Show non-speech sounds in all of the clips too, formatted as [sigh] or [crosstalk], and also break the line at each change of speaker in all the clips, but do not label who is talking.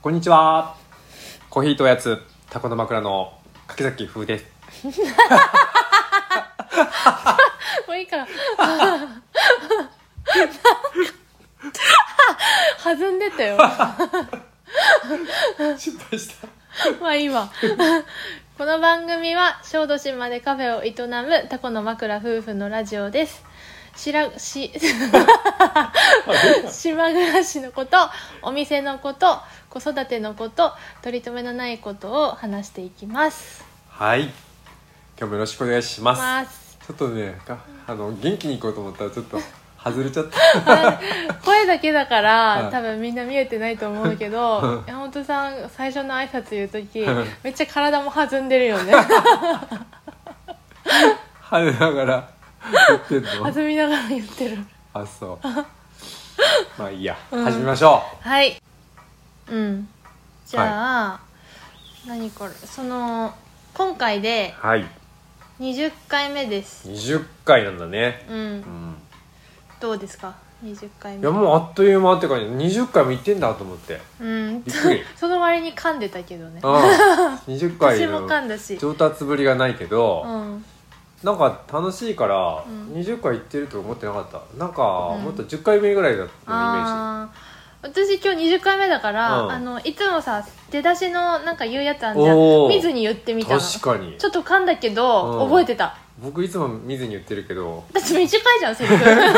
こんにちは。コーヒーとおやつ、タコの枕の柿崎風です。
もうい
[laughs]
いから。弾んでたよ。
[laughs] 失敗した。
まあ今。この番組は小豆島でカフェを営むタコの枕夫婦のラジオです。しら、し、島暮らしのこと、お店のこと、子育てのこと、取り留めのないことを話していきます。
はい。今日もよろしくお願いします。
ます
ちょっとね、かあの元気に行こうと思ったらちょっと外れちゃった。
はい声だけだから、
はい
多分みんな見えてないと思うけど山本さん最初の挨拶言う時めっちゃ体も弾んでるよね
跳ねながら言ってんの。
弾みながら言ってる
あ、そう。まあいいや、始めましょ
はいうんじゃあ、何これその今回で
う。はい。
20回目です
20回なんだね。
うん
うん。
どうですか20回
い
目
やもうあっという間って感じ。20回も行ってんだと思って。
うん
びっ [laughs] くり
その割に噛んでたけどね
うん。20回
私も
の
噛んだし
上達ぶりがないけど。
うん
なんか楽しいから
うん
20回行ってると思ってなかったなんか
うん
もっと10回目ぐらいだったのイメージ
あー私今日20回目だから、
うん
あのいつもさ出だしのなんか言うやつあんじゃ
お
ん
ー
見ずに言ってみたの
確かに
ちょっと噛んだけど、
うん
覚えてた
僕いつも見ずに言ってるけど
だって短いじゃん
[laughs]
セリフそれは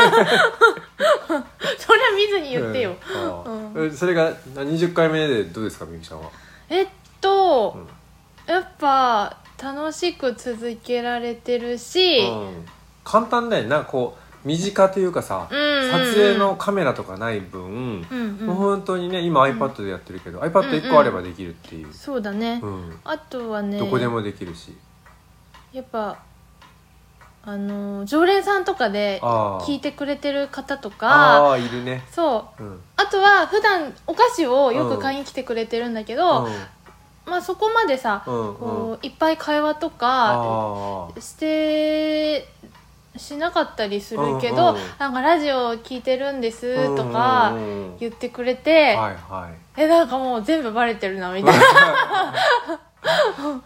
見ずに言ってよ、
うん
う
えそれがな20回目でどうですかみゆきちゃんは
えっと、
うん
やっぱ楽しく続けられてるし、
うん簡単だよねなんかこう身近というかさ
うんうんうん
撮影のカメラとかない分
うんうん
もう本当にね今 iPad でやってるけど iPad1 個あればできるっていう
そうだね、
うん
あとはね
どこでもできるし
やっぱあの常連さんとかで
あー
聞いてくれてる方とか
あーいるね
そう
うん
あとは普段お菓子をよく買いに来てくれてるんだけど、まあそこまでさ、
うんうん
こういっぱい会話とか
あー
してしなかったりするけ
う
ど、
んうん
なんかラジオ聞いてるんですと
う
か
んうんうん
言ってくれ
は
て、
い
[laughs]
はい
えなんかもう全部バレてるなみたいな、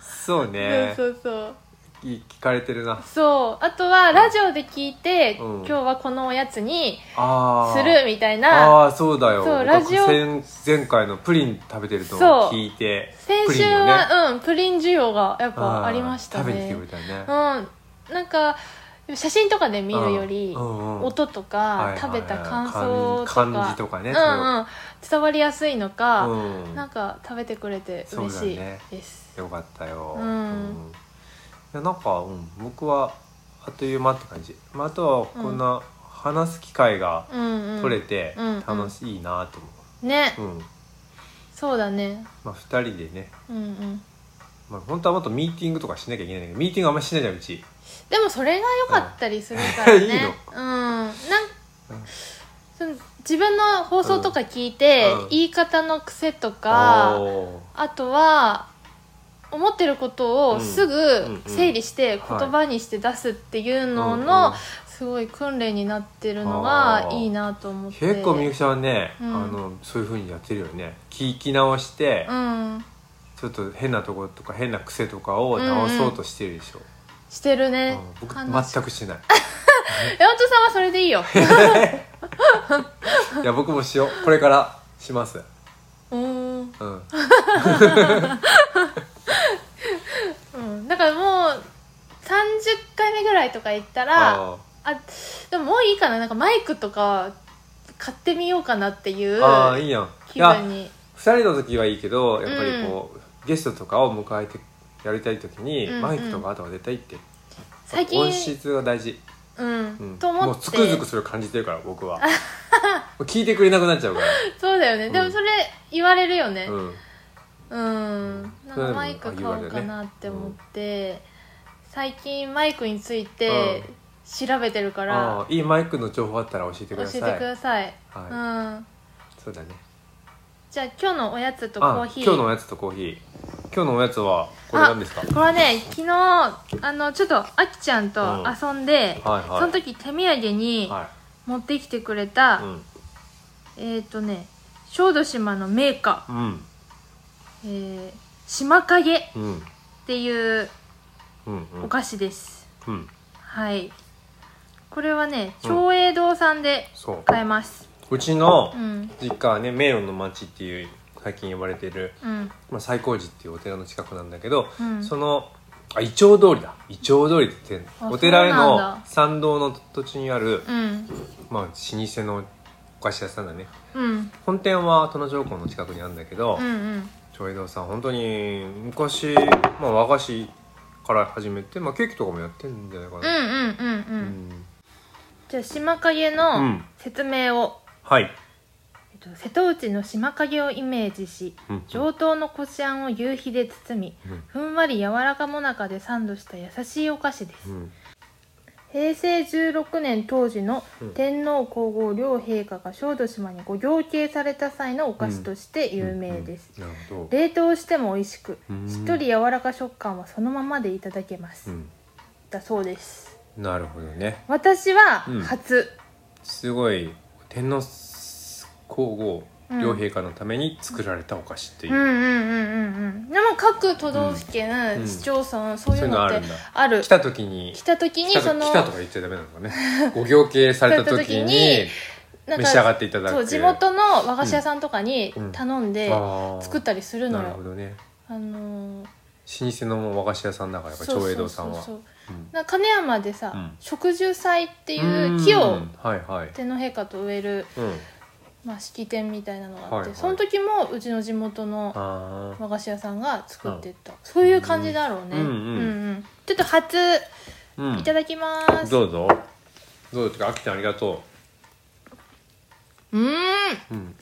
そうね
[laughs] そうそうそう
い聞かれてるな
そうあとはラジオで聞いて、
うん
今日はこのおやつに
あー
するみたいな
あーそうだよ
そう
僕
ラジオ
前前回のプリン食べてると
そう
聞いて
先週は、うんプリン需要がやっぱありましたね
食べに来てくれたね
うん、なんか写真とかで見るより、
うんうんうん
音と
はいはい
か
はい
食べた感想とか、
感感じとかね
う
それを
んうん、伝わりやすいのか、
うん
なんか食べてくれて嬉しいです、
よかったよ
うん
いやなんかうん僕はあっという間って感じまああとはこんな話す機会が
うんうん、
取れて
うんうん
楽しいいなと
ね、
思ううん
そうだね
まあ二人でね
うんうん
まあ本当はもっとミーティングとかしなきゃいけないんだけどミーティングあんましないじゃんうち
でもそれが良かったりするからね
[laughs] いいの
うんなんその自分の放送とか聞いて、
うんうん
言い方の癖とか、
おー
あとは思ってることをすぐ整理して
うんうん
言葉にして出すっていうの
はいうんうん
のすごい訓練になってるのがいいなと思って
結構みゆきちゃんはね、
うん
あのそういうふうにやってるよね聞き直して、
うん
ちょっと変なところとか変な癖とかを直そうとしてるでしょ、
してる
う
ね
ん僕
話し
全く
[laughs]
しない
山本さんはそれでいいよ
いや僕もしようこれからします
うん
うん
うんだからもう30回目ぐらいとか行ったらあ
あ
でももういいかななんかマイクとか買ってみようかなっていう
ーあーいいやんい
気
や
分に
2人の時はいいけどやっぱりこう、ゲストとかを迎えてやりたい時に、
うんうん
マイクとかあとは絶対いいって
最
音
近
質が大事、
うん、
うん、
と思って
もうつくづくそれを感じてるから僕
[laughs]
はもう聞いてくれなくなっちゃうから
そうだよね、でもそれ言われるよね
うん
うん、なんかマイク買おうかなって思って、最近マイクについて調べてるから、
あーいいマイクの情報あったら教えてく
教
ださ
えて
い
ください、
は
うん
い、そうだね
じゃあ今日のおやつとコー
あ
ヒー
今日のおやつとコーヒー今日のおやつはこれなんですか
これはね昨日あのちょっとあきちゃんと遊んで、
うんはいはい
その時手土産に
は
持ってきてくれ
い
た、
うん
えっ、とね小豆島の銘菓
うん
えー、島影っ
うん
ていう
うんう
お
ん
菓子です、
うん
はいこれはね
うん
長栄堂さんで
そう
買えます
うちの
うん
実家はね名誉の町っていう最近呼ばれてる、
うん
まあ、最高寺っていうお寺の近くなんだけど、
うん
そのあイチョウ通りだイチョウ通りって
あ
お寺へ
そうなん
の
だ
参道の土地にある、
うん
まあ、老舗のお菓子屋さんだね
うん
本店は殿城港の近くにあるんだけど、
うんうん
長江堂さん本当に昔、まあ、和菓子から始めて、まあ、ケーキとかもやってんじゃないか
うん
な、
うんうんう
うん
じゃあ島影
う
の
ん
説明を、
はい、
えっと瀬戸内の島影をイメージし
うん
上等のこしあんを夕日で包みふんわり柔らかもなかでサンドした優しいお菓子です
うん
平成16年当時の
うん
天皇皇后両陛下が小豆島にご行慶された際のお菓子として有名です、
うんうんなるほど
冷凍しても美味しく
うん
しっとり柔らか食感はそのままでいただけます、
うん
だそうです
なるほどね
私は
うん
初、
すごい天皇皇
うん
后両陛下のために作られたお菓子って
う
い
ん、うん
う、
うんうんうんでも各都道府県、
うん
市町村そうい
そういう
う
の
のっ
あ
て
るんだ
ある
来た時に
来た時に
来た
そ
と
の
来たとか言っちゃダメなのかね [laughs] ご行慶された時に
なん
召
か
し上がっていただく
そう地元の和菓子屋さんとかに
うん
頼んで作ったりする
る
の
なる
よ、
ほどね
あのー
老舗の和菓子屋さんだからやっぱ
そう
長
そう
栄
そう
堂
そ
さ
うん
は
な金山でさ、
うん
植樹祭って
て
いう木を
はいはい
天皇陛下と植える、
うん
まあ、式典みたいなのがあって、
はいはい
その時もうちの地元の
あー
和菓子屋さんが作ってった、そういう感じだろうね、
うんうん
んちょっと初
うん
いただきまーす
どうぞどうぞてかあきちゃんありがと
うーん
ううん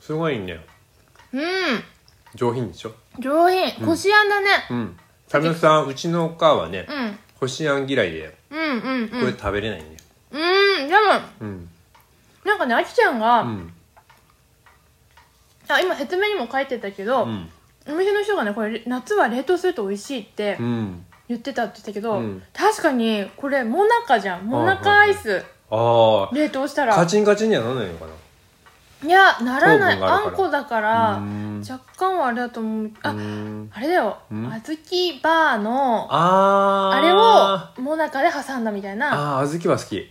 すごいね
うん
上品でしょ
上品
うん
こしあんだね、
うん田村さんうちのお母はね
うん、うん
こしあん嫌いで
うんうん
これ食べれないね
うんでも
うん
なんかねあきちゃんが、
うん
あ今説明にも書いてたけど、
うん
お店の人がねこれ夏は冷凍すると美味しいって
うん
言ってたって言ったけど、
うん
確かにこれモナカじゃんモナカアイス
あ
冷凍した
あカ
ら
チンカチンにはならないのかない
やならない
糖分がある
あ
から
んこだか
う
ら
ーん
若干はあれだと思うあ、
うーん
あれだよ
うん
小豆バーの
あー
あれをモナカで挟んだみたいな
ああ小豆は好き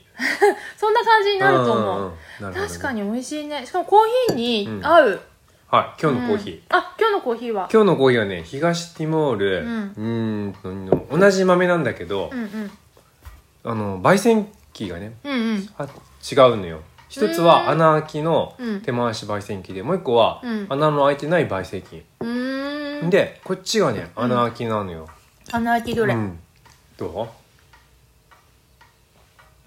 そんな感じになると思う、
うんんんなるほどね
確かに美味しいねしかもコーヒーに合う、
はい今日のコーヒー、
うんあ今日のコーヒーは
今日のコーヒーはね東ティモール
う
うーんと同じ豆なんだけど
うん、うん
あの焙煎機がね
うんうん
あ違うのよ一つは穴開きの
うん
手回し焙煎機でもう一個は
うん
穴の開いてない焙煎機、
うーん
でこっちがね
うん
穴開きなのよ、
穴あきどれ
う
うん
んど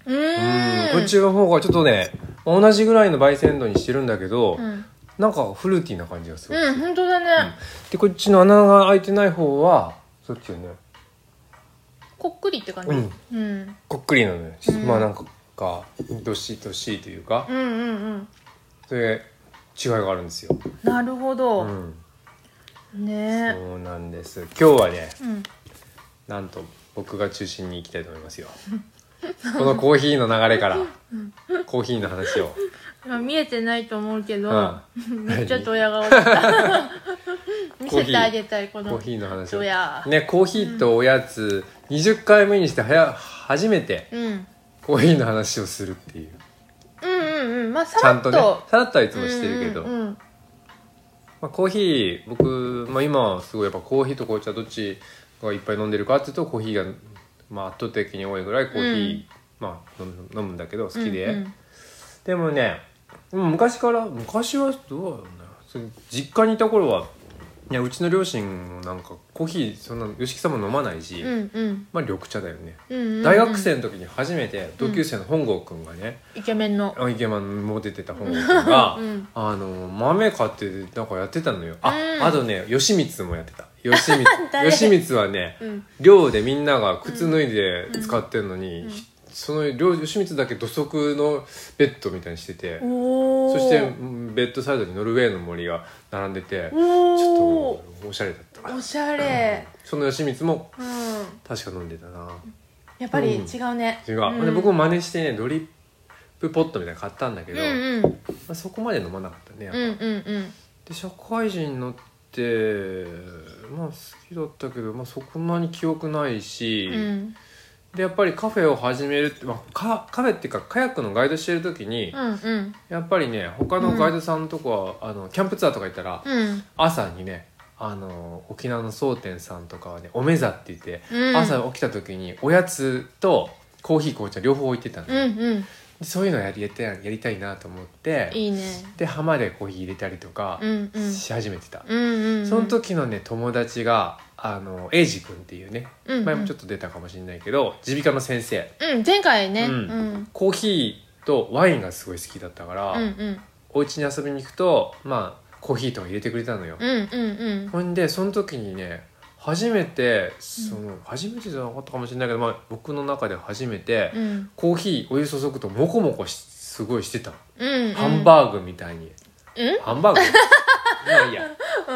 ーん
ううんこっちの方がちょっとね同じぐらいの焙煎度にしてるんだけど、
うん
なんかフルーティーな感じがする、
うん本当だね、
でこっちの穴が開いてない方はそっちよね
こっくりって感じ、
う
うんんうん、
こっくりなのよ、
うん
まあなんかかどっしりどっしりというか、
うんうんうん
それ違いがあるんですよ、
なるほ
う
ど、
ん、
ね
そうなんです今日はね
うん
なんと僕が中心に行きたいと思いますよ [laughs] このコーヒーの流れからコーヒーの話を、
今見えてないと思うけ
う
ど、
ん、
めっちゃドヤ顔だった見せてあげたい
コ
こ
ー
の
ヒーの話
ドヤ
をねコーヒーとおやつ20回目にしてはや初めて
うん、うん
コーヒーの話をするっていう
うんうんまあ
ちゃ
さら
ん
っと
とねさらっとはいつもしてるけど、
うんうん
まあ、コーヒー僕、まあ、今はすごいやっぱコーヒーと紅茶どっちがいっぱい飲んでるかっていうとコーヒーが、まあ、圧倒的に多いぐらいコーヒー、
うん
まあ、飲む飲むんだけど好
うん
きで、
うん
でもねうん昔から昔はどうだろうなそれ実家にいた頃はいやうちの両親もなんかコーヒーそんな吉木さんも飲まないし、
うんうん
まあ、緑茶だよね、
うんうん
大学生の時に初めて同級生の本郷くんがね、
イケメンの
あイケメンも出てた本郷くんが、
うん
あの豆買ってなんかやってたのよあ、
うん
あとね吉光もやってた吉光
[laughs] 誰
吉光はね
うん
寮でみんなが靴脱いで使ってるのに、
うんうん
その寮吉光だけ土足のベッドみたいにしてて、
おお
そしてうんベッドサイドにノルウェーの森が並んでてち
お
ょ
お
っとおしゃれだった
おしゃれ
その吉光も
うん
確か飲んでたな
やっぱり違うね
違う、
ん
で僕も真似してねドリップポットみたいなの買ったんだけ
うん
ど、ま
うん
あ、そこまで飲まなかったねやっ
う
ぱ
んうん
で社会人になってまあ好きだったけど、まあ、そんなに記憶ないし、
うんうん
でやっぱりカフェを始めるって、まあ、カカフェっていうかカヤックのガイドしてる時に、
うんうん
やっぱりね他のガイドさんとか、あのキャンプツアーとか行ったら、
うん
朝にねあの沖縄の蒼天さんとかはねおめざって言って、
うん
朝起きた時におやつとコーヒー紅茶両方置いてたの、
うんうん
でそういうのやりやりたいやりたいなと思って
いいね
で浜でコーヒー入れたりとか
うんうん
し始めてた。
うんうん
その時のね友達があのエイジ君っていうね
うんうん
前もちょっと出たかもしれないけど耳鼻科の先生
うん前回ね
う
うんんうん
コーヒーとワインがすごい好きだったから、
うん
お家に遊びに行くとまあコーヒーとか入れてくれたのよ、
うんうんうん
ほんでその時にね初めてその、初めてじゃなかったかもしれないけど、まあ、僕の中で初めて、
うん
コーヒーお湯注ぐとモコモコしすごいしてたの、
うんうん
ハンバーグみたいに、
うん
ハンバーグ
[laughs]
まあいいや、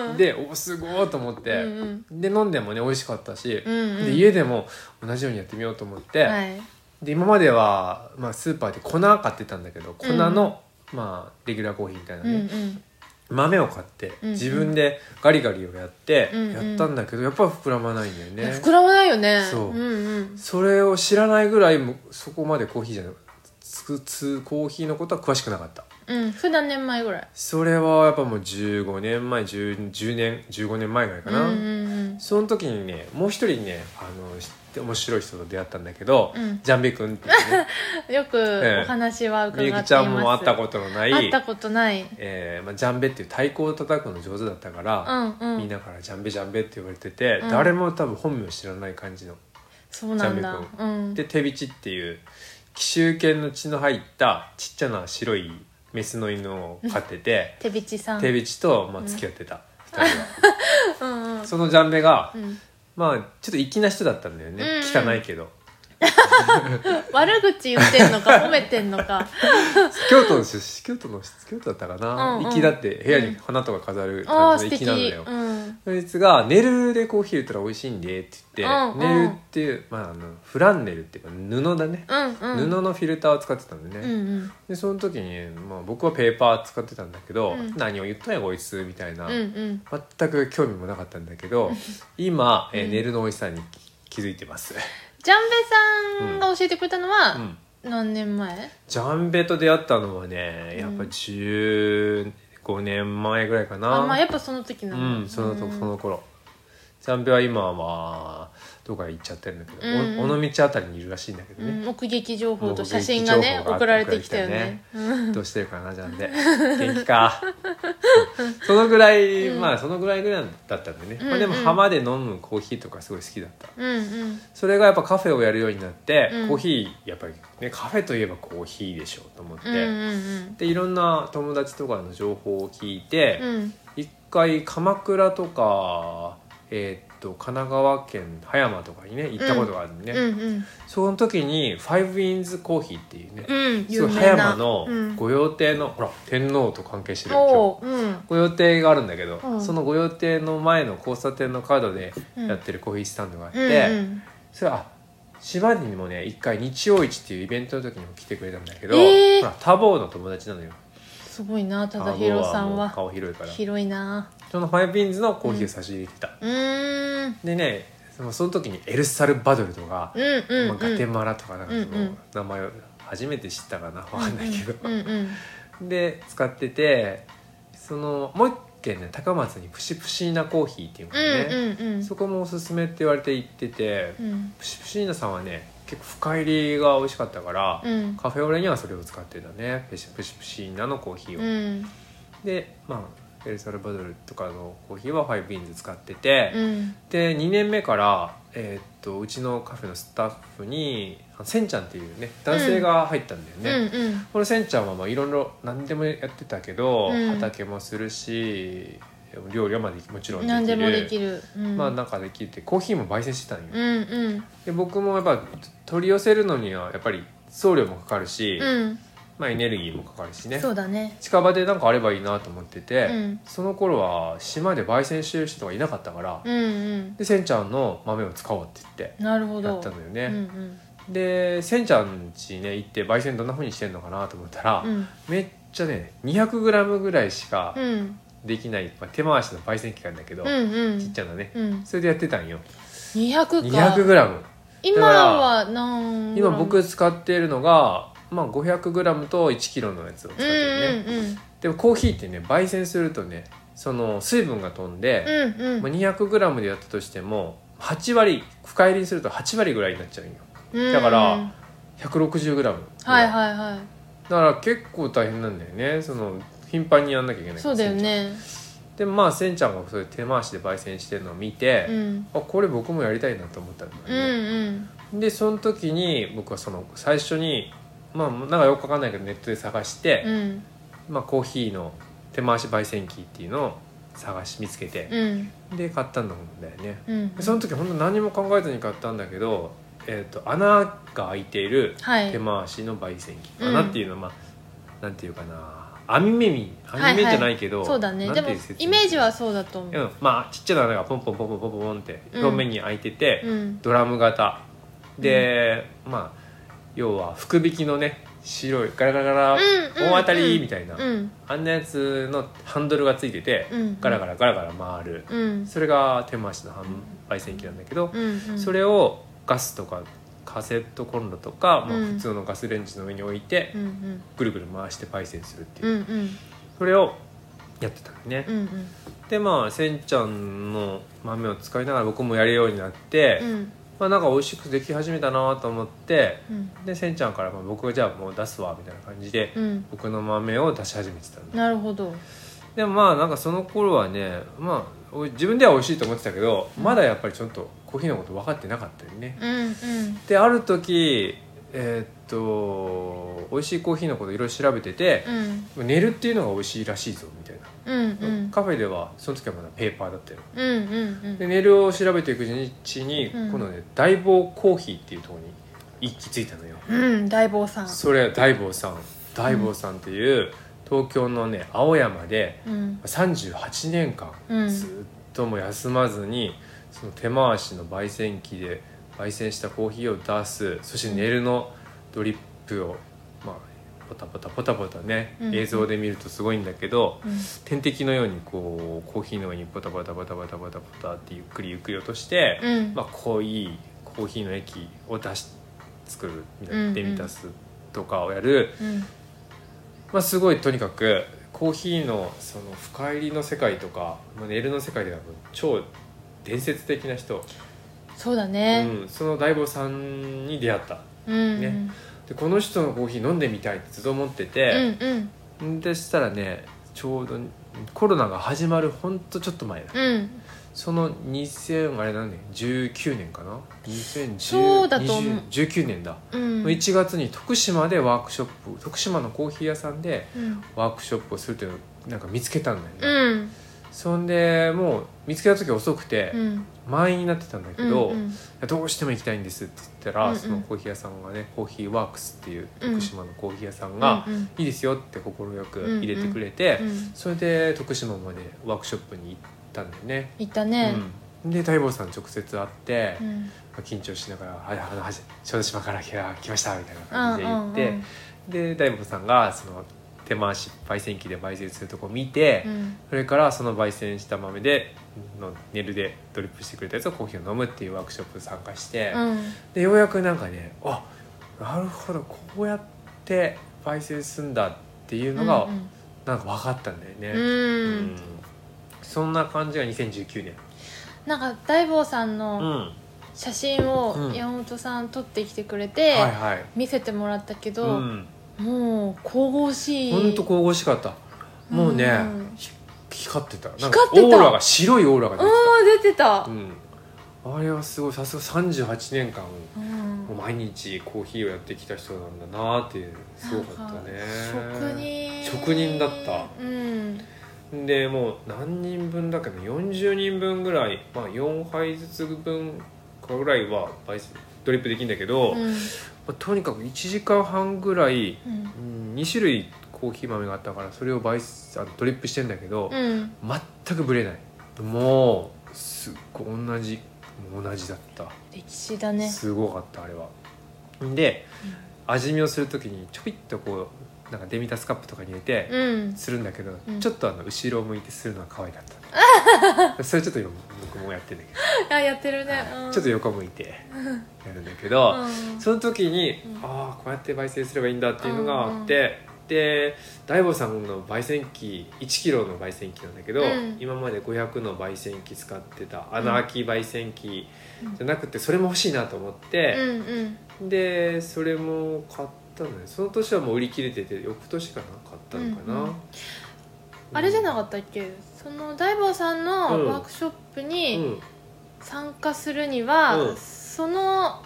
うん
でおすごいと思って、
うんうん
で飲んでもね美味しかったし、
うんうん
で家でも同じようにやってみようと思って、
はい
で今までは、まあ、スーパーで粉買ってたんだけど粉の、まあ、レギュラーコーヒーみたいな
う
ね、
んうん
豆を買って
うんうん
自分でガリガリをやって
うんうん
やったんだけど、やっぱ膨らまないんだよ
いや
ね
膨らまないよね
そうん
うん
それを知らないぐらいもそこまでコーヒーじゃなくつくつコーヒーのことは詳しくなかった
うん普段年前ぐらい
それはやっぱもう15年前 10, 10年15年前ぐらいかな、
うんうん
その時にねもう一人ねあの知って面白い人と出会ったんだけど、
うん
ジャンベ君って
[laughs]
いうね
うんよ
ええ
くお話は伺って
み
い
ゆ
ま
き
す
ちゃんも会ったことのない
会ったことない
えーまあ、ジャンベっていう太鼓を叩くの上手だったか
う
ら、
んう
みん
ん
なからジャンベジャンベって言われてて、
うん
誰も多分本名知らない感じの。
そうなんだ
ジャン
うん
で手びちっていう紀州犬の血の入ったちっちゃな白いメスの犬を飼ってて
手びちさん
手びちと、まあ、付き合ってた、二人
[laughs]
は。
うんうん
そのジャンベが、
うん
まあちょっと粋な人だったんだよね、
うんうん
汚いけど。
悪口言って
[laughs]
んのか褒めてんのか
京都の出身京都の京都だったかな、
うんうん
粋だって部屋に花とか飾る
ああ
感じの粋
素敵
なのよ、
うん
そいつが「ネルでコーヒー入れたら美味しいんで」って言って、
うん
ネルっていう、まあ、あのフランネルっていうか布だね、
うんうん
布のフィルターを使ってたんだよ
う
ね、
ん
でその時に、まあ、僕はペーパー使ってたんだけど「
うん
何を言ったんやこいつ」みたいな、
うんうん
全く興味もなかったんだけど今、え
う
ー、
ん
ネルの美味しさに気づいてます、
ジャンベさんが教えてくれたの
う
は
ん
何年前
ジャンベと出会ったのはねやっぱ15年前ぐらいかな、
あまあやっぱその時な
うん、そのとその頃ジャンベは今はどこか行っちゃってるんだけど、
うん
お尾道あたりにいるらしいんだけど
う
ね、
ん奥劇情報と写真がね
もう
送られてきたよね
どうしてるかなジャンベ元気かそのぐらい、
うん
まあそのぐらいぐらいだったんでね、まあ、でも
うんうん
浜で飲むコーヒーとかすごい好きだった
うんうん
それがやっぱカフェをやるようになって、
うん
コーヒーやっぱりねカフェといえばコーヒーでしょうと思って、
うんうん
でいろんな友達とかの情報を聞いて、
うんうん
一回鎌倉とか、えーっと神奈川県葉山とかにね行ったことがあるんでね、
うんうん
その時にファイブインズコーヒーっていうね、
うん
す
有
ごい葉
名な
山の
うん
御用邸の、ほら天皇と関係してる今日
おううん
御用邸があるんだけど、
うん
その御用邸の前の交差点のカードで
うん
やってるコーヒースタンドがあって、
うん
それあ島にもね一回日曜市っていうイベントの時にも来てくれたんだけど、
えー
ほら多忙の友達なのよ
すごいな
多
ただひろさん
忙もう
は
顔広いから
広いな
そのファイブインズのコーヒーを差し入れてた、
うーん
でねそのその時にエルサルバドルとか、
うんうんう
まあ、ガテ
ん
マラとかなんかそ
うんう
の
ん
名前を初めて知ったかなわかんないけど、
うんうん
で使っててそのもう一軒ね高松にプシプシーナコーヒーっていうのがね、
うんうんうん
そこもおすすめって言われて行ってて、
うん
プシプシーナさんはね結構深入りが美味しかったから、
うん
カフェオレにはそれを使ってたねプシプシプシーナのコーヒーを、
うん
でまあエルサルバドルとかのコーヒーはファイブインズ使ってて、
うん
で2年目から、えーっとうちのカフェのスタッフにあせんちゃんっていうね男性が入ったんだよ
う
ね、
んうん
このせんちゃんはまあいろいろ何でもやってたけど、
うん
畑もするし料理はまでもちろんできる
何でもできるうん
まあなんかできてコーヒーも焙煎してたんよ、
うんうん
で僕もやっぱ取り寄せるのにはやっぱり送料もかかるし、
うん
まあ、エネルギーもかかるしね
そうだね
近場でなんかあればいいなと思ってて、
うん
その頃は島で焙煎してる人がいなかったから、
うんうん
でせんちゃんの豆を使おうって言って
なるほ
やっ
ど
たのよ
うんう
ね、
ん
でせんちゃん家ね行って焙煎どんなふうにしてんのかなと思ったら、
うん
めっちゃね 200g ぐらいしか
うん
できない、まあ、手回しの焙煎機なんだけど、
うんうん
ちっちゃなね、
うん
それでやってたんよ
200か
200g
今は何
今僕使っているのが、まあ、500g と 1kg のやつを使っ
う
て
んう
るね、
んうん
でもコーヒーってね焙煎するとねその水分が飛んで、
うん
ま
う
あ、
ん
200g でやったとしても8割深入りにすると8割ぐらいになっちゃうんよ
うん
だから
うん
160g ぐらい
はいはいはい
だから結構大変なんだよねその頻繁にやんなきゃいけないから
そうだよね
でまあせんちゃんがそういう手回しで焙煎してるのを見て、
うん
あこれ僕もやりたいなと思ったんだ
うん
よね、
うん
でその時に僕はその最初にまあなんかよくわかんないけどネットで探して、
うん
まあ、コーヒーの手回し焙煎機っていうのを探し見つけて、
うん
で買ったんだもんだよね
うん
でその時本当何も考えずに買ったんだけど、えー、と穴が開いている
はい
手回しの焙煎機、
うん
穴っていうのはまあなんていうかな網目み網目じゃないけど、
そうだね
なん
で
て
も
いう説明
イメージはそうだと思
う
うん
まあちっちゃな穴がポンポンポンポンポンポンポンって
うん
表面に開いてて、
うん
ドラム型で、まあ要は福引きのね白いガラガラガラ
うんうん
大当たりみたいな、
うん
あんなやつのハンドルがついてて、
うん
ガラガラガラガラ回る、
うん
それが手回しの販売線機なんだけど、
うんうん
それをガスとかカセットコンロとか、まあ
うん
普通のガスレンジの上に置いて、
うんうん
ぐるぐる回して焙煎するっていう
う、んうん
それをやってたのね、
うん
でまあせんちゃんの豆を使いながら僕もやるようになって、
うんうん
まあなんか美味しくでき始めたなと思って
うん
でせんちゃんからまあ僕がじゃあもう出すわみたいな感じで、
うん
僕の豆を出し始めてたの
なるほど
でもまあなんかその頃はねまあお自分では美味しいと思ってたけどまだやっぱりちょっとコーヒーのこと分かってなかったよね、
うんうん
である時えーっと美味しいコーヒーのこといろいろ調べてて、
うん
寝るっていうのが美味しいらしいぞみたいな、
うんうん
カフェではその時はまだペーパーだったよ
うんうんう
で
ん
ネイルを調べていくうちに、
うん
今度ね大坊コーヒーっていうところに行き着いたのよ、
うん大坊さん
それは大坊さん大坊さんっていう東京のね青山で
うん
38年間
うん
ずっともう休まずに、その手回しの焙煎機で焙煎したコーヒーを出すそしてネイルのドリップを、まあ、ポタポタポタポタね、
うん
映像で見るとすごいんだけど、
うん
天敵のようにこうコーヒーの上にバタバタバタバタバタバタってゆっくりゆっくり落として、
うん
まあ、濃いコーヒーの液を出し作るみたい
うんう
なんデミタスとかをやる、
うん
まあ、すごいとにかくコーヒーのその深入りの世界とか、まあ、ネイルの世界ではもう超伝説的な人、
そうだ
う
ね
ん、その大坊さんに出会った
うんう
ね
ん
でこの人のコーヒー飲んでみたいってずっと思って
う
て、
んうん
んでしたらねちょうどコロナが始まるほんとちょっと前だ
うん
その2000あれ何年19年かな
そうだと思う
2019年だ、
うん
1月に徳島でワークショップ徳島のコーヒー屋さんで
うん
ワークショップをするっていうのをなんか見つけたんだよね、
うん
そんでもう見つけた時遅くて
うん
満員になってたんだけど、
うん
いやどうしても行きたいんですって言ったら、
うんうん
そのコーヒー屋さんがねコーヒーワークスっていう徳島のコーヒー屋さんが、
うんうん
いいですよって快く入れてくれて、
うん
それで徳島までワークショップに行ったんだよね
いたね
うん、で大坊さん直接会って、
うん
ま
うん
あ緊張しながら「はいはいはい小豆島から来た来ました」みたいな感じで言って、で大坊さんがその手回し焙煎機で焙煎するとこ見て、
うん
それからその焙煎した豆でのネルでドリップしてくれたやつをコーヒーを飲むっていうワークショップに参加して、
うん
でようやくなんかねあなるほどこうやって焙煎するんだっていうのが
うん
なんか分かったんだよね。
うんうん
そんな感じが2019年。
なんか大坊さん
う
の
ん
写真
う
を
ん
山本さん撮ってきてくれて
はいはい。
見せてもらったけ
う
ど
ん。
もう神々しい
本当神々しかった。もうね、
うん
ひ光ってた。なんか
光ってた
オーラが白いオーラが出て
うん出てた
た。うん。あれはすごい。さすが三十八年間
うん
もう毎日コーヒーをやってきた人なんだなっていうすごかったね。
なんか職人
職人だった。
うん
でもう何人分だっけど40人分ぐらい、まあ、4杯ずつ分かぐらいは焙煎ドリップできるんだけど、
う
ま
ん
あ、とにかく1時間半ぐらい
う
うん
ん
2種類コーヒー豆があったからそれをバイスあのドリップしてんだけど、
うん
全くブレないもうすっごい同じ同じだった、
歴史だね
すごかったあれはで味見をする時にちょびっとこうなんかデミタスカップとかに入れて
うん
するんだけど、
うん
ちょっとあの後ろを向いてするのは可愛か
[laughs]
ったそれちょっと今僕もやってるんだけど
あやってるね、うん、
ちょっと横向いてやるんだけど、
うん
その時に、
うん
ああこうやって焙煎すればいいんだっていうのがあって、で大悟さんの焙煎機1キロの焙煎機なんだけど、
うん
今まで500の焙煎機使ってた穴開き焙煎機じゃなくてそれも欲しいなと思っ
う
て、
んうん
でそれも買ったのよその年はもう売り切れてて翌年かな買ったのかな、
うんうんあれじゃな
っ
かったっけそのダイバーさんのワークショップ
た
に参加するには、
うん
その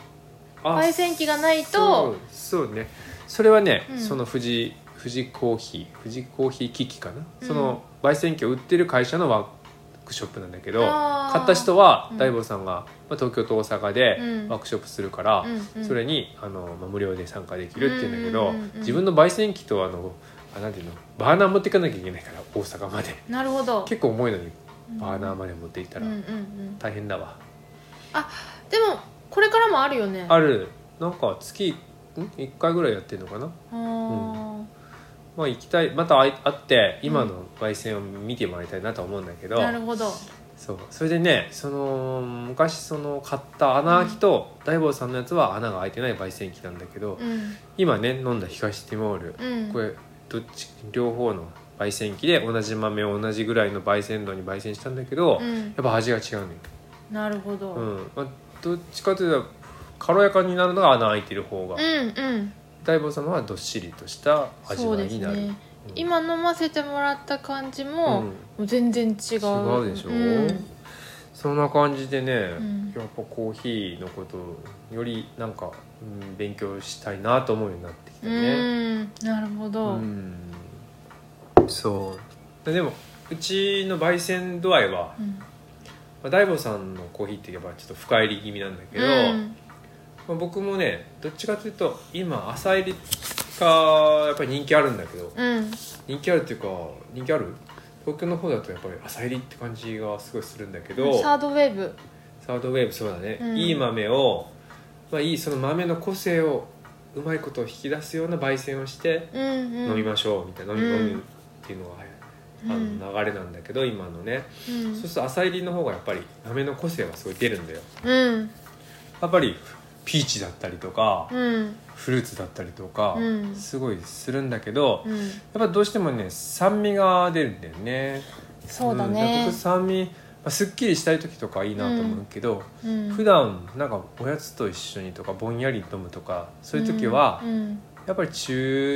焙煎機がないと
そうそうねそれはね、
うん
その富士富士コーヒー富士コーヒー機器かな、
うん
その焙煎機を売ってる会社のワークショップなんだけど
あー
買った人は
うん
大坊さんが、まあ、東京と大阪で
うん
ワークショップするから、
うんうん
それにあの、まあ、無料で参加できるっていうんだけど、
うんうんうんうん
自分の焙煎機とあのあなんていうのバーナー持っていかなきゃいけないから大阪まで
なるほど
結構重いのに
うん
バーナーまで持っていったら
うんうんうん、
大変だわ、
でもこれからもあるよね
あるなんか月ん1回ぐらいやってるのかな
あー
まあ行きたいまた会い会って今の焙煎を見てもらいたいなと思うんだけど,、
なるほど
そうそれでねその昔その買った穴開きと、大坊さんのやつは穴が開いてない焙煎機なんだけど、
うん
今ね飲んだ東ティモール、
うん
これどっち両方の焙煎機で同じ豆を同じぐらいの焙煎度に焙煎したんだけど、
う
やっ
ん、
ぱ味が違うね、
なるほど、
う
うん、
んまあ、どっちかというと軽やかになるのが穴開いてる方が、
うん
大坊さんのはどっしりとした味
そう
わい
です
になる。
ね
うん
今飲ませてもらった感じも、
うん
もう全然違う違
違うでしょ、
うん
そんな感じでね、
ん
やっぱコーヒーのことをよりなんか、うん、勉強したいなと思うようになってきた
う
ね
んなるほ
う
ど、
んそうででもうちの焙煎度合いは、
うん
まあ、大悟さんのコーヒーってやっぱちょっと深入り気味なんだけど、
うん
まあ、僕もねどっちかというと今浅入りかやっぱり人気あるんだけど
うん
人気あるっていうか人気ある東京の方だとやっぱり浅入りって感じがすごいするんだけど
サードウェーブ
サードウェーブそうだね、
うん
いい豆を、まあ、いいその豆の個性をうまいこと引き出すような焙煎をして
うんうん
飲みましょうみたいな、飲み
うん
飲むっていうのが、
うん
あの流れなんだけど今のね、
うん
そうすると浅入りの方がやっぱり豆の個性はすごい出るんだよ
うん
やっぱりピーチだったりとか、
うん
フルーツだったりとか、
うん
すごいするんだけど、
うん
やっぱどうしてもね酸味が出るんだよね
そうだ
んな
ね
るべく酸味、まあ、すっきりしたい時とかいいなと思うけど、
うん
普段なんかおやつと一緒にとかぼんやり飲むとかそういう時は
うんうん
やっぱり中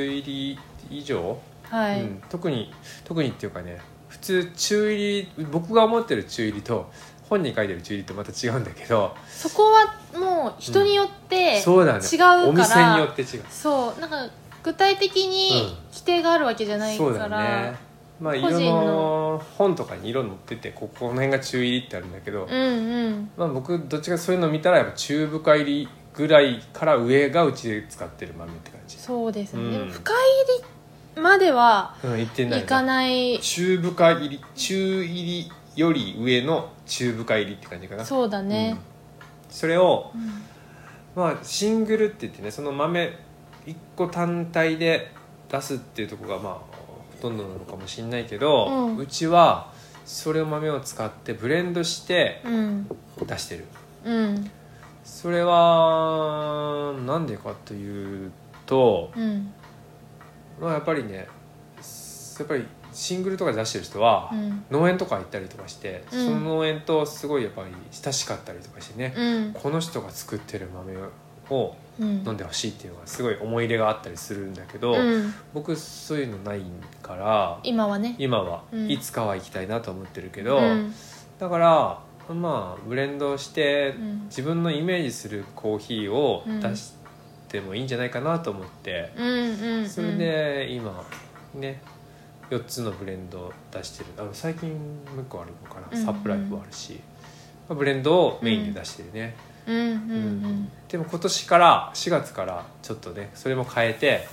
入り以上、
はい、
うん、特に特にっていうかね普通中入り僕が思ってる中入りと本に書いてる中入りとまた違うんだけど、
そこはもう人によって、
そうだね
違うから
お店によって違う
そうなんか具体的に
うん
規定があるわけじゃないか
そうだ
ら、
ねまあ
個
色
人の
の本とかに色載っててここの辺が中入りってあるんだけど、
うんうん
まあ、僕どっちかそういうの見たらやっぱ中深入りぐらいから上がうちで使ってる豆って感じ、
そうですね、
うん
でも深入りまでは
うん、言ってないい
かない
中深入り中入りより上の中深入りって感じかな
そうだね、
うんそれを
うん
まあシングルって言ってねその豆1個単体で出すっていうところがまあほとんどなのかもしれないけど、
う
うんちはそれを豆を使ってブレンドして
うん
出してる
うん
それはなんでかというと、
うん
まあ、やっぱりねやっぱりシングルとかで出してる人は、
うん
農園とか行ったりとかして、
うん
その農園とすごいやっぱり親しかったりとかしてね、
うん
この人が作ってる豆を
うん
飲んでほしいっていうのがすごい思い入れがあったりするんだけど、
うん
僕そういうのないから
今はね
今は、
うん
いつかは行きたいなと思ってるけど、
うん
だからまあブレンドして
うん
自分のイメージするコーヒーを
うん
出してもいいんじゃないかなと思って、
うんうんうん
それで今ね4つのブレンドを出してるあの最近もう一個あるのかな、
うんうん
サプライフもあるし、まあ、ブレンドをメインで出してるね、
うんうん
でも今年から4月からちょっとねそれも変えて、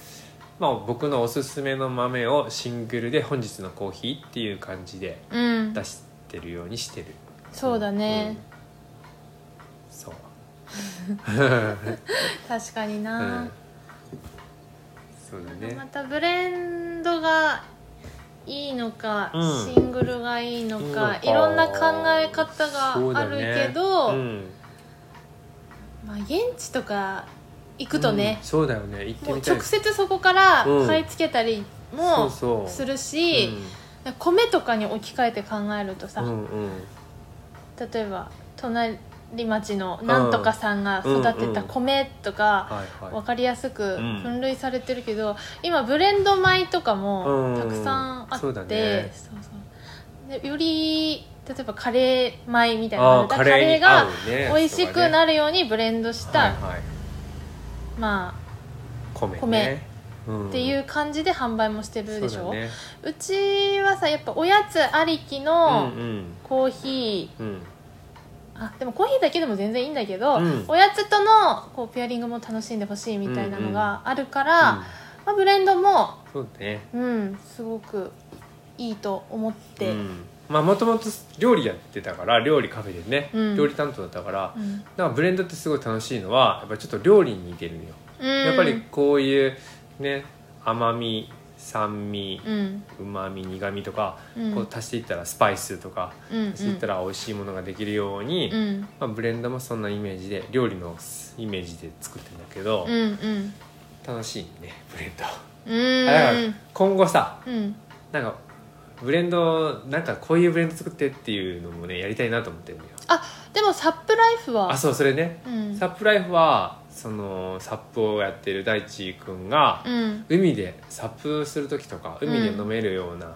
まあ、僕のおすすめの豆をシングルで本日のコーヒーっていう感じで
うんうん
出してるようにしてる
そうだね
うんそう
確かに
う
な、
んそうだ
ま
ね
たブレンドがいいのか、
うん
シングルがいいのか
い
い
いのか
ろんな考え方
そう
があ
だ
る
ね
けど、
うん
まあ、現地とか行くとね
うん、そうだよね行って
もう
みたい
直接そこから
うん
買い付けたり
そ
も
うそう
するし、米とかに置き換えて考えるとさ、
うんうんうん
例えば隣町のなんとかさんが育てた米とか
はいはい
分かりやすく
うん
分類されてるけど、今ブレンド米とか
うん
もたくさんあって、
そうだね
そうそうでより例えばカレー米みたいな
あ
の
ー
が
カ
カレ
レー
ー
に合う
が
ね
美味しく
る
なるようにブレンドした、
はいはい
ま
米ね
米
うん
あっていう感じで販売もしてるでし
そ
ょ
う
う,、
だね
ちはさやっぱおやつありきの
うん
コーヒー、
うんうん
あでもコーヒーだけでも全然いいんだけど、
うん
おやつとのこうペアリングも楽しんでほしいみたいなのがあるから、
うん
まあ、ブレンドも、
そうだね
うん、すごくいいと思って、
う
うん
んまあもともと料理やってたから料理カフェでね、
うん
料理担当だったからだからブレンドってすごい楽しいのはやっぱちょっと料理に似てるのよ、やっぱり、こういうね甘み酸味
うん
うまみ苦みとか、
うん
こう足していったらスパイスとか、
うん、
足していったら美味しいものができるように、
うん
まあ、ブレンドもそんなイメージで料理のイメージで作ってるんだけど、
うんうん
楽しいねブレンド、
うんうん
だから今後さ
うん
なんかブレンドなんかこういうブレンド作ってっていうのもねやりたいなと思ってるのよ
あでもサップライフは
あそうそれね、
うん
サップライフはそのサップをやってる大地くんが、
うん
海でサップする時とか海で飲めるような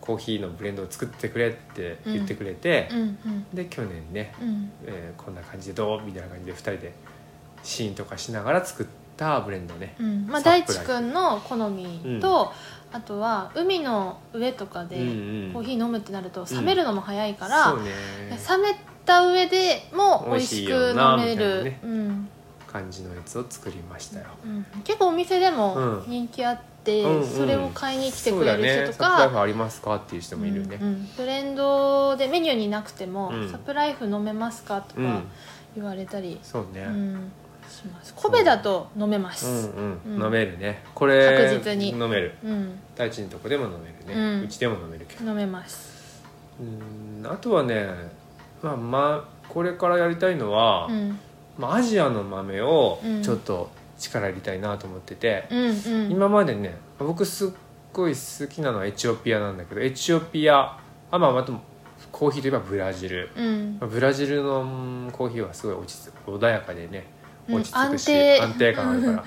コーヒーのブレンドを作ってくれって言ってくれて
う、んうん
で去年ね、
うん
えーこんな感じでどうみたいな感じで2人でシーンとかしながら作ったブレンドね、
うんまあ、
サッ
大
プライ
地
フ
君の好みと、あとは海の上とかで
うんうん
コーヒー飲むってなると冷めるのも早いから、
そうね
冷めた上でも美味しく飲め
美味しいよ
る、
なみたいなね
うん
感じのやつを作りましたよ、
うん、結構お店でも
うん
人気あって、
うんうん
それを買いに来て
そう
くれ
だ
る
ね
人と
サップライ
か、
フありますかっていう人もいるよね、
うんうんブレンドでメニューになくても「
うん
サプライフ飲めますか?」と
うん
か言われたり、
そうね、
うんします米だと飲めま
うん
す
うん
うん
飲めるねこれ
確実に
飲める
うん、
大地のとこでも飲めるね、う
うん
ちでも飲めるけど
飲めます
うんあとはねまあまあこれからやりたいのは、
うん
まあ、アジアの豆を
うん
ちょっと力入れたいなと思ってて、
うんうん
今までね僕すっごい好きなのはエチオピアなんだけどエチオピアあまあまたコーヒーといえばブラジル
うん
まあブラジルのうんコーヒーはすごい落ち着穏やかでね
うん
落ち着くし、
安定
安定感ある
[laughs]
から、ま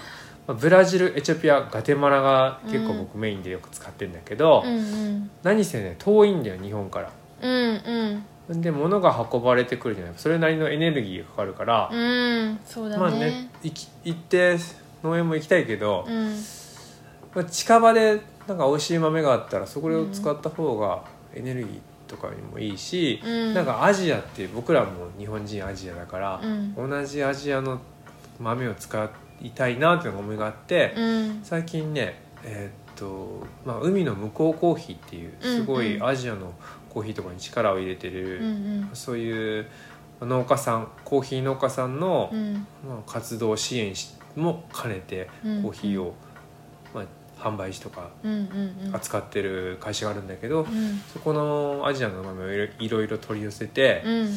あ、ブラジルエチオピアガテマラが結構
うん
僕メインでよく使ってるんだけど、
うんうん
何せね遠いんだよ日本から
うんうん
で物が運ばれてくるじゃないそれなりのエネルギーがかかるから、
うんそうだね,、
まあね行き行って農園も行きたいけど、
うん
まあ近場でなんか美味しい豆があったらそこを使った方がエネルギーとかにもいいし、
うん
なんかアジアって僕らも日本人アジアだから、
うん
同じアジアの豆を使いたいなっていうのが思いがあって、
うん
最近ねえーっと、まあ、海の向こうコーヒーっていうすご
う
い
んうん
アジアのコーヒーとかに力を入れてる、
うん
そういう農家さんコーヒー農家さんの、
うん
まあ、活動支援しも兼ねて
うん
コーヒーを、まあ、販売しとか
うんうんうん
扱ってる会社があるんだけど、
うん
そこのアジアの豆をいろいろいろ取り寄せて、
うん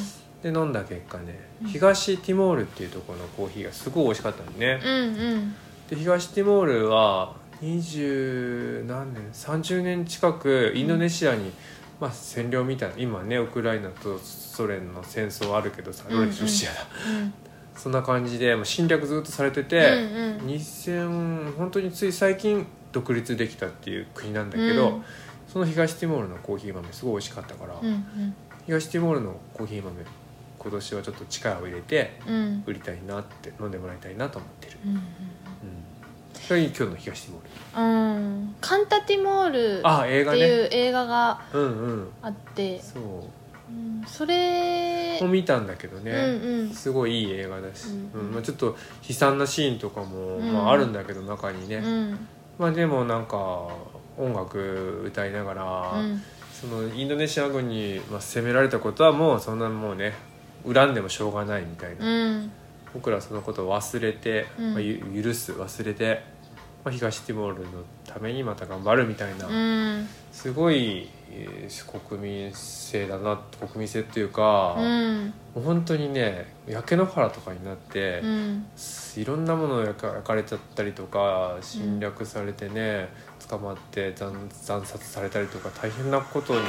で飲んだ結果ね
うん
東ティモールっていうところのコーヒーがすごい美味しかったのね、
うんうん
で東ティモールは20何年30年近くインドネシアに、まあ、占領みたいな今ねウクライナとソ連の戦争あるけどさ
うんうん
ロシアだ、
うん
そんな感じでもう侵略ずっとされてて、
うんうん
2000本当につい最近独立できたっていう国なんだけど、
うん
その東ティモールのコーヒー豆すごい美味しかったから、
うん
東ティモールのコーヒー豆今年はちょっと力を入れて
うんうん
売りたいなって飲んでもらいたいなと思ってる、
うん
うん、それに今日の東ティモール
うんうんカンタティモールっ
あ映画
てい
ね
う映画が
うんうん
あって、
そう
うん、それ
もう見たんだけど
う
ね、
んうん
すごいいい映画だし、う
うんん
まあ、ちょっと悲惨なシーンとかも、
うん
まあ、あるんだけど中にね、
うん
まあでもなんか音楽歌いながら、
うん
そのインドネシア軍にまあ攻められたことはもうそんなもうね恨んでもしょうがないみたいな
うん
僕らはそのことを忘れて、
うん
まあ、ゆ許す忘れて、まあ、東ティモールのためにまた頑張るみたいな、
うん
すごい、えー国民性だな国民性っていうか、
う
も
ん
う本当にね焼け野原とかになって、
うん
いろんなものを焼か焼かれちゃったりとか侵略されてね、捕まって惨惨殺されたりとか大変なことに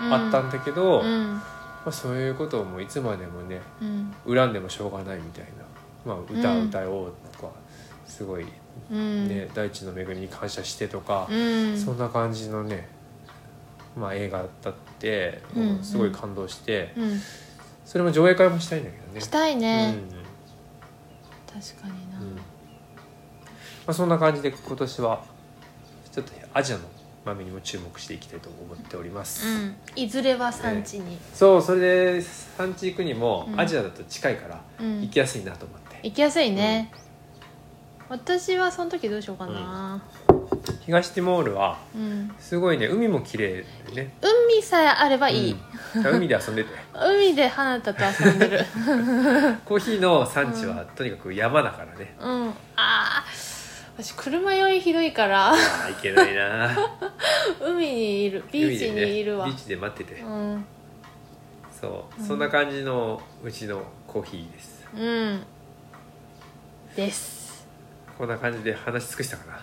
あったんだけど、
う
ま
ん
あ、そういうことをもういつまでもね
うん
恨んでもしょうがないみたいな、まあ、歌を
うん
歌おうとか、すごい、ね
うん
大地の恵みに感謝してとか
う、ん
そんな感じのね、まあ、映画だって、
うん
もうすごい感動して、
うん
それも上映会もしたいんだけどね。
したいね確
う
か
んうん
に
まあ、そんな感じで今年はちょっとアジアの豆にも注目していきたいと思っております。
なうんいずれは産地に
そうそれで産地行くにも
うん
アジアだと近いから
うん
行きやすいなと思って、
行きやすいね私はその時どうしようかな
東ティモールは
うん
すごいね海も綺麗でね、
海さえあればいい
うんだから海で遊んで
[laughs]
て
海で花田と遊ん
[laughs]
でる
コーヒーの産地はとにかく山だからね、
うんあー私車酔いひどいから [laughs]
あ行けないな
海にいる [laughs] ビーチ
海でね
にいるわ、
ビーチで待ってて、
うん
そう
うん
そんな感じのうちのコーヒーです
うんです
こんな感じで話し尽くしたかない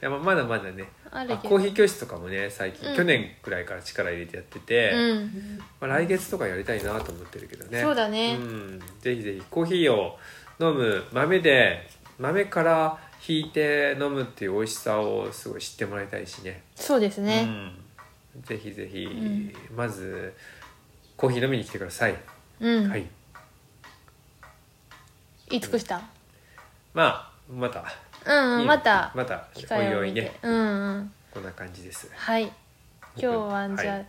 やまあまだまだね
ある
あ
けど
コーヒー教室とかもね最近、
うん
去年くらいから力入れてやってて、
うん、
まあ、来月とかやりたいなと思ってるけどね
そうだね
うん、ぜひぜひコーヒーを飲む豆で豆から引いて飲むっていう美味しさをすごい知ってもらいたいしね
そうですね、
うん、ぜひぜひ、
ん
まずコーヒー飲みに来てください、
うん、
はいい
尽くした
まあまた
うん、うん、また
また
機
お
会
い
を
お
見
い
て、
ね
うんうん
こんな感じです
はい今日はじゃあ、
はい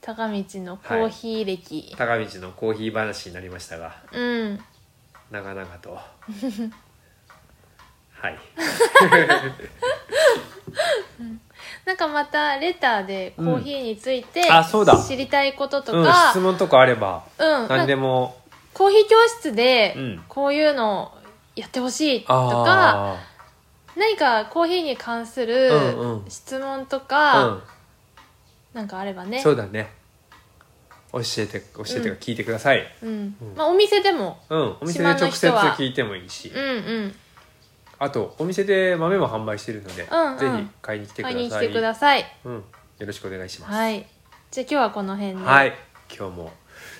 高道のコーヒー歴、
高道のコーヒー話になりましたが
うん
長々 [laughs] とはい
なんかまたレターでコーヒーについて、
んあそうだ
知りたいことと
うん、
か、
質問とかあれば
うん、
何でも
コーヒー教室で
うん
こういうのをやってほしいとか、
あ
何かコーヒーに関す
うん
る
うん
質問と
あ
か、なんかあれば
うん
ね
そうだね教えて教えてか聞いてください、
うん
うん
まあ、お店でも
うんお店で
島の
直接
人は
聞いてもいいし、
うんうん
あとお店で豆も販売してるので、
うんうん
ぜひ買いに来てくだ
買い
さい
に来てください
うん、よろしくお願いします、
はいいじゃあ今日はこの辺で
はい今日も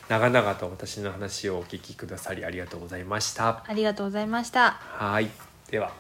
長々と私の話をお聞きくださりありがとうございました
ありがとうございました
はいでは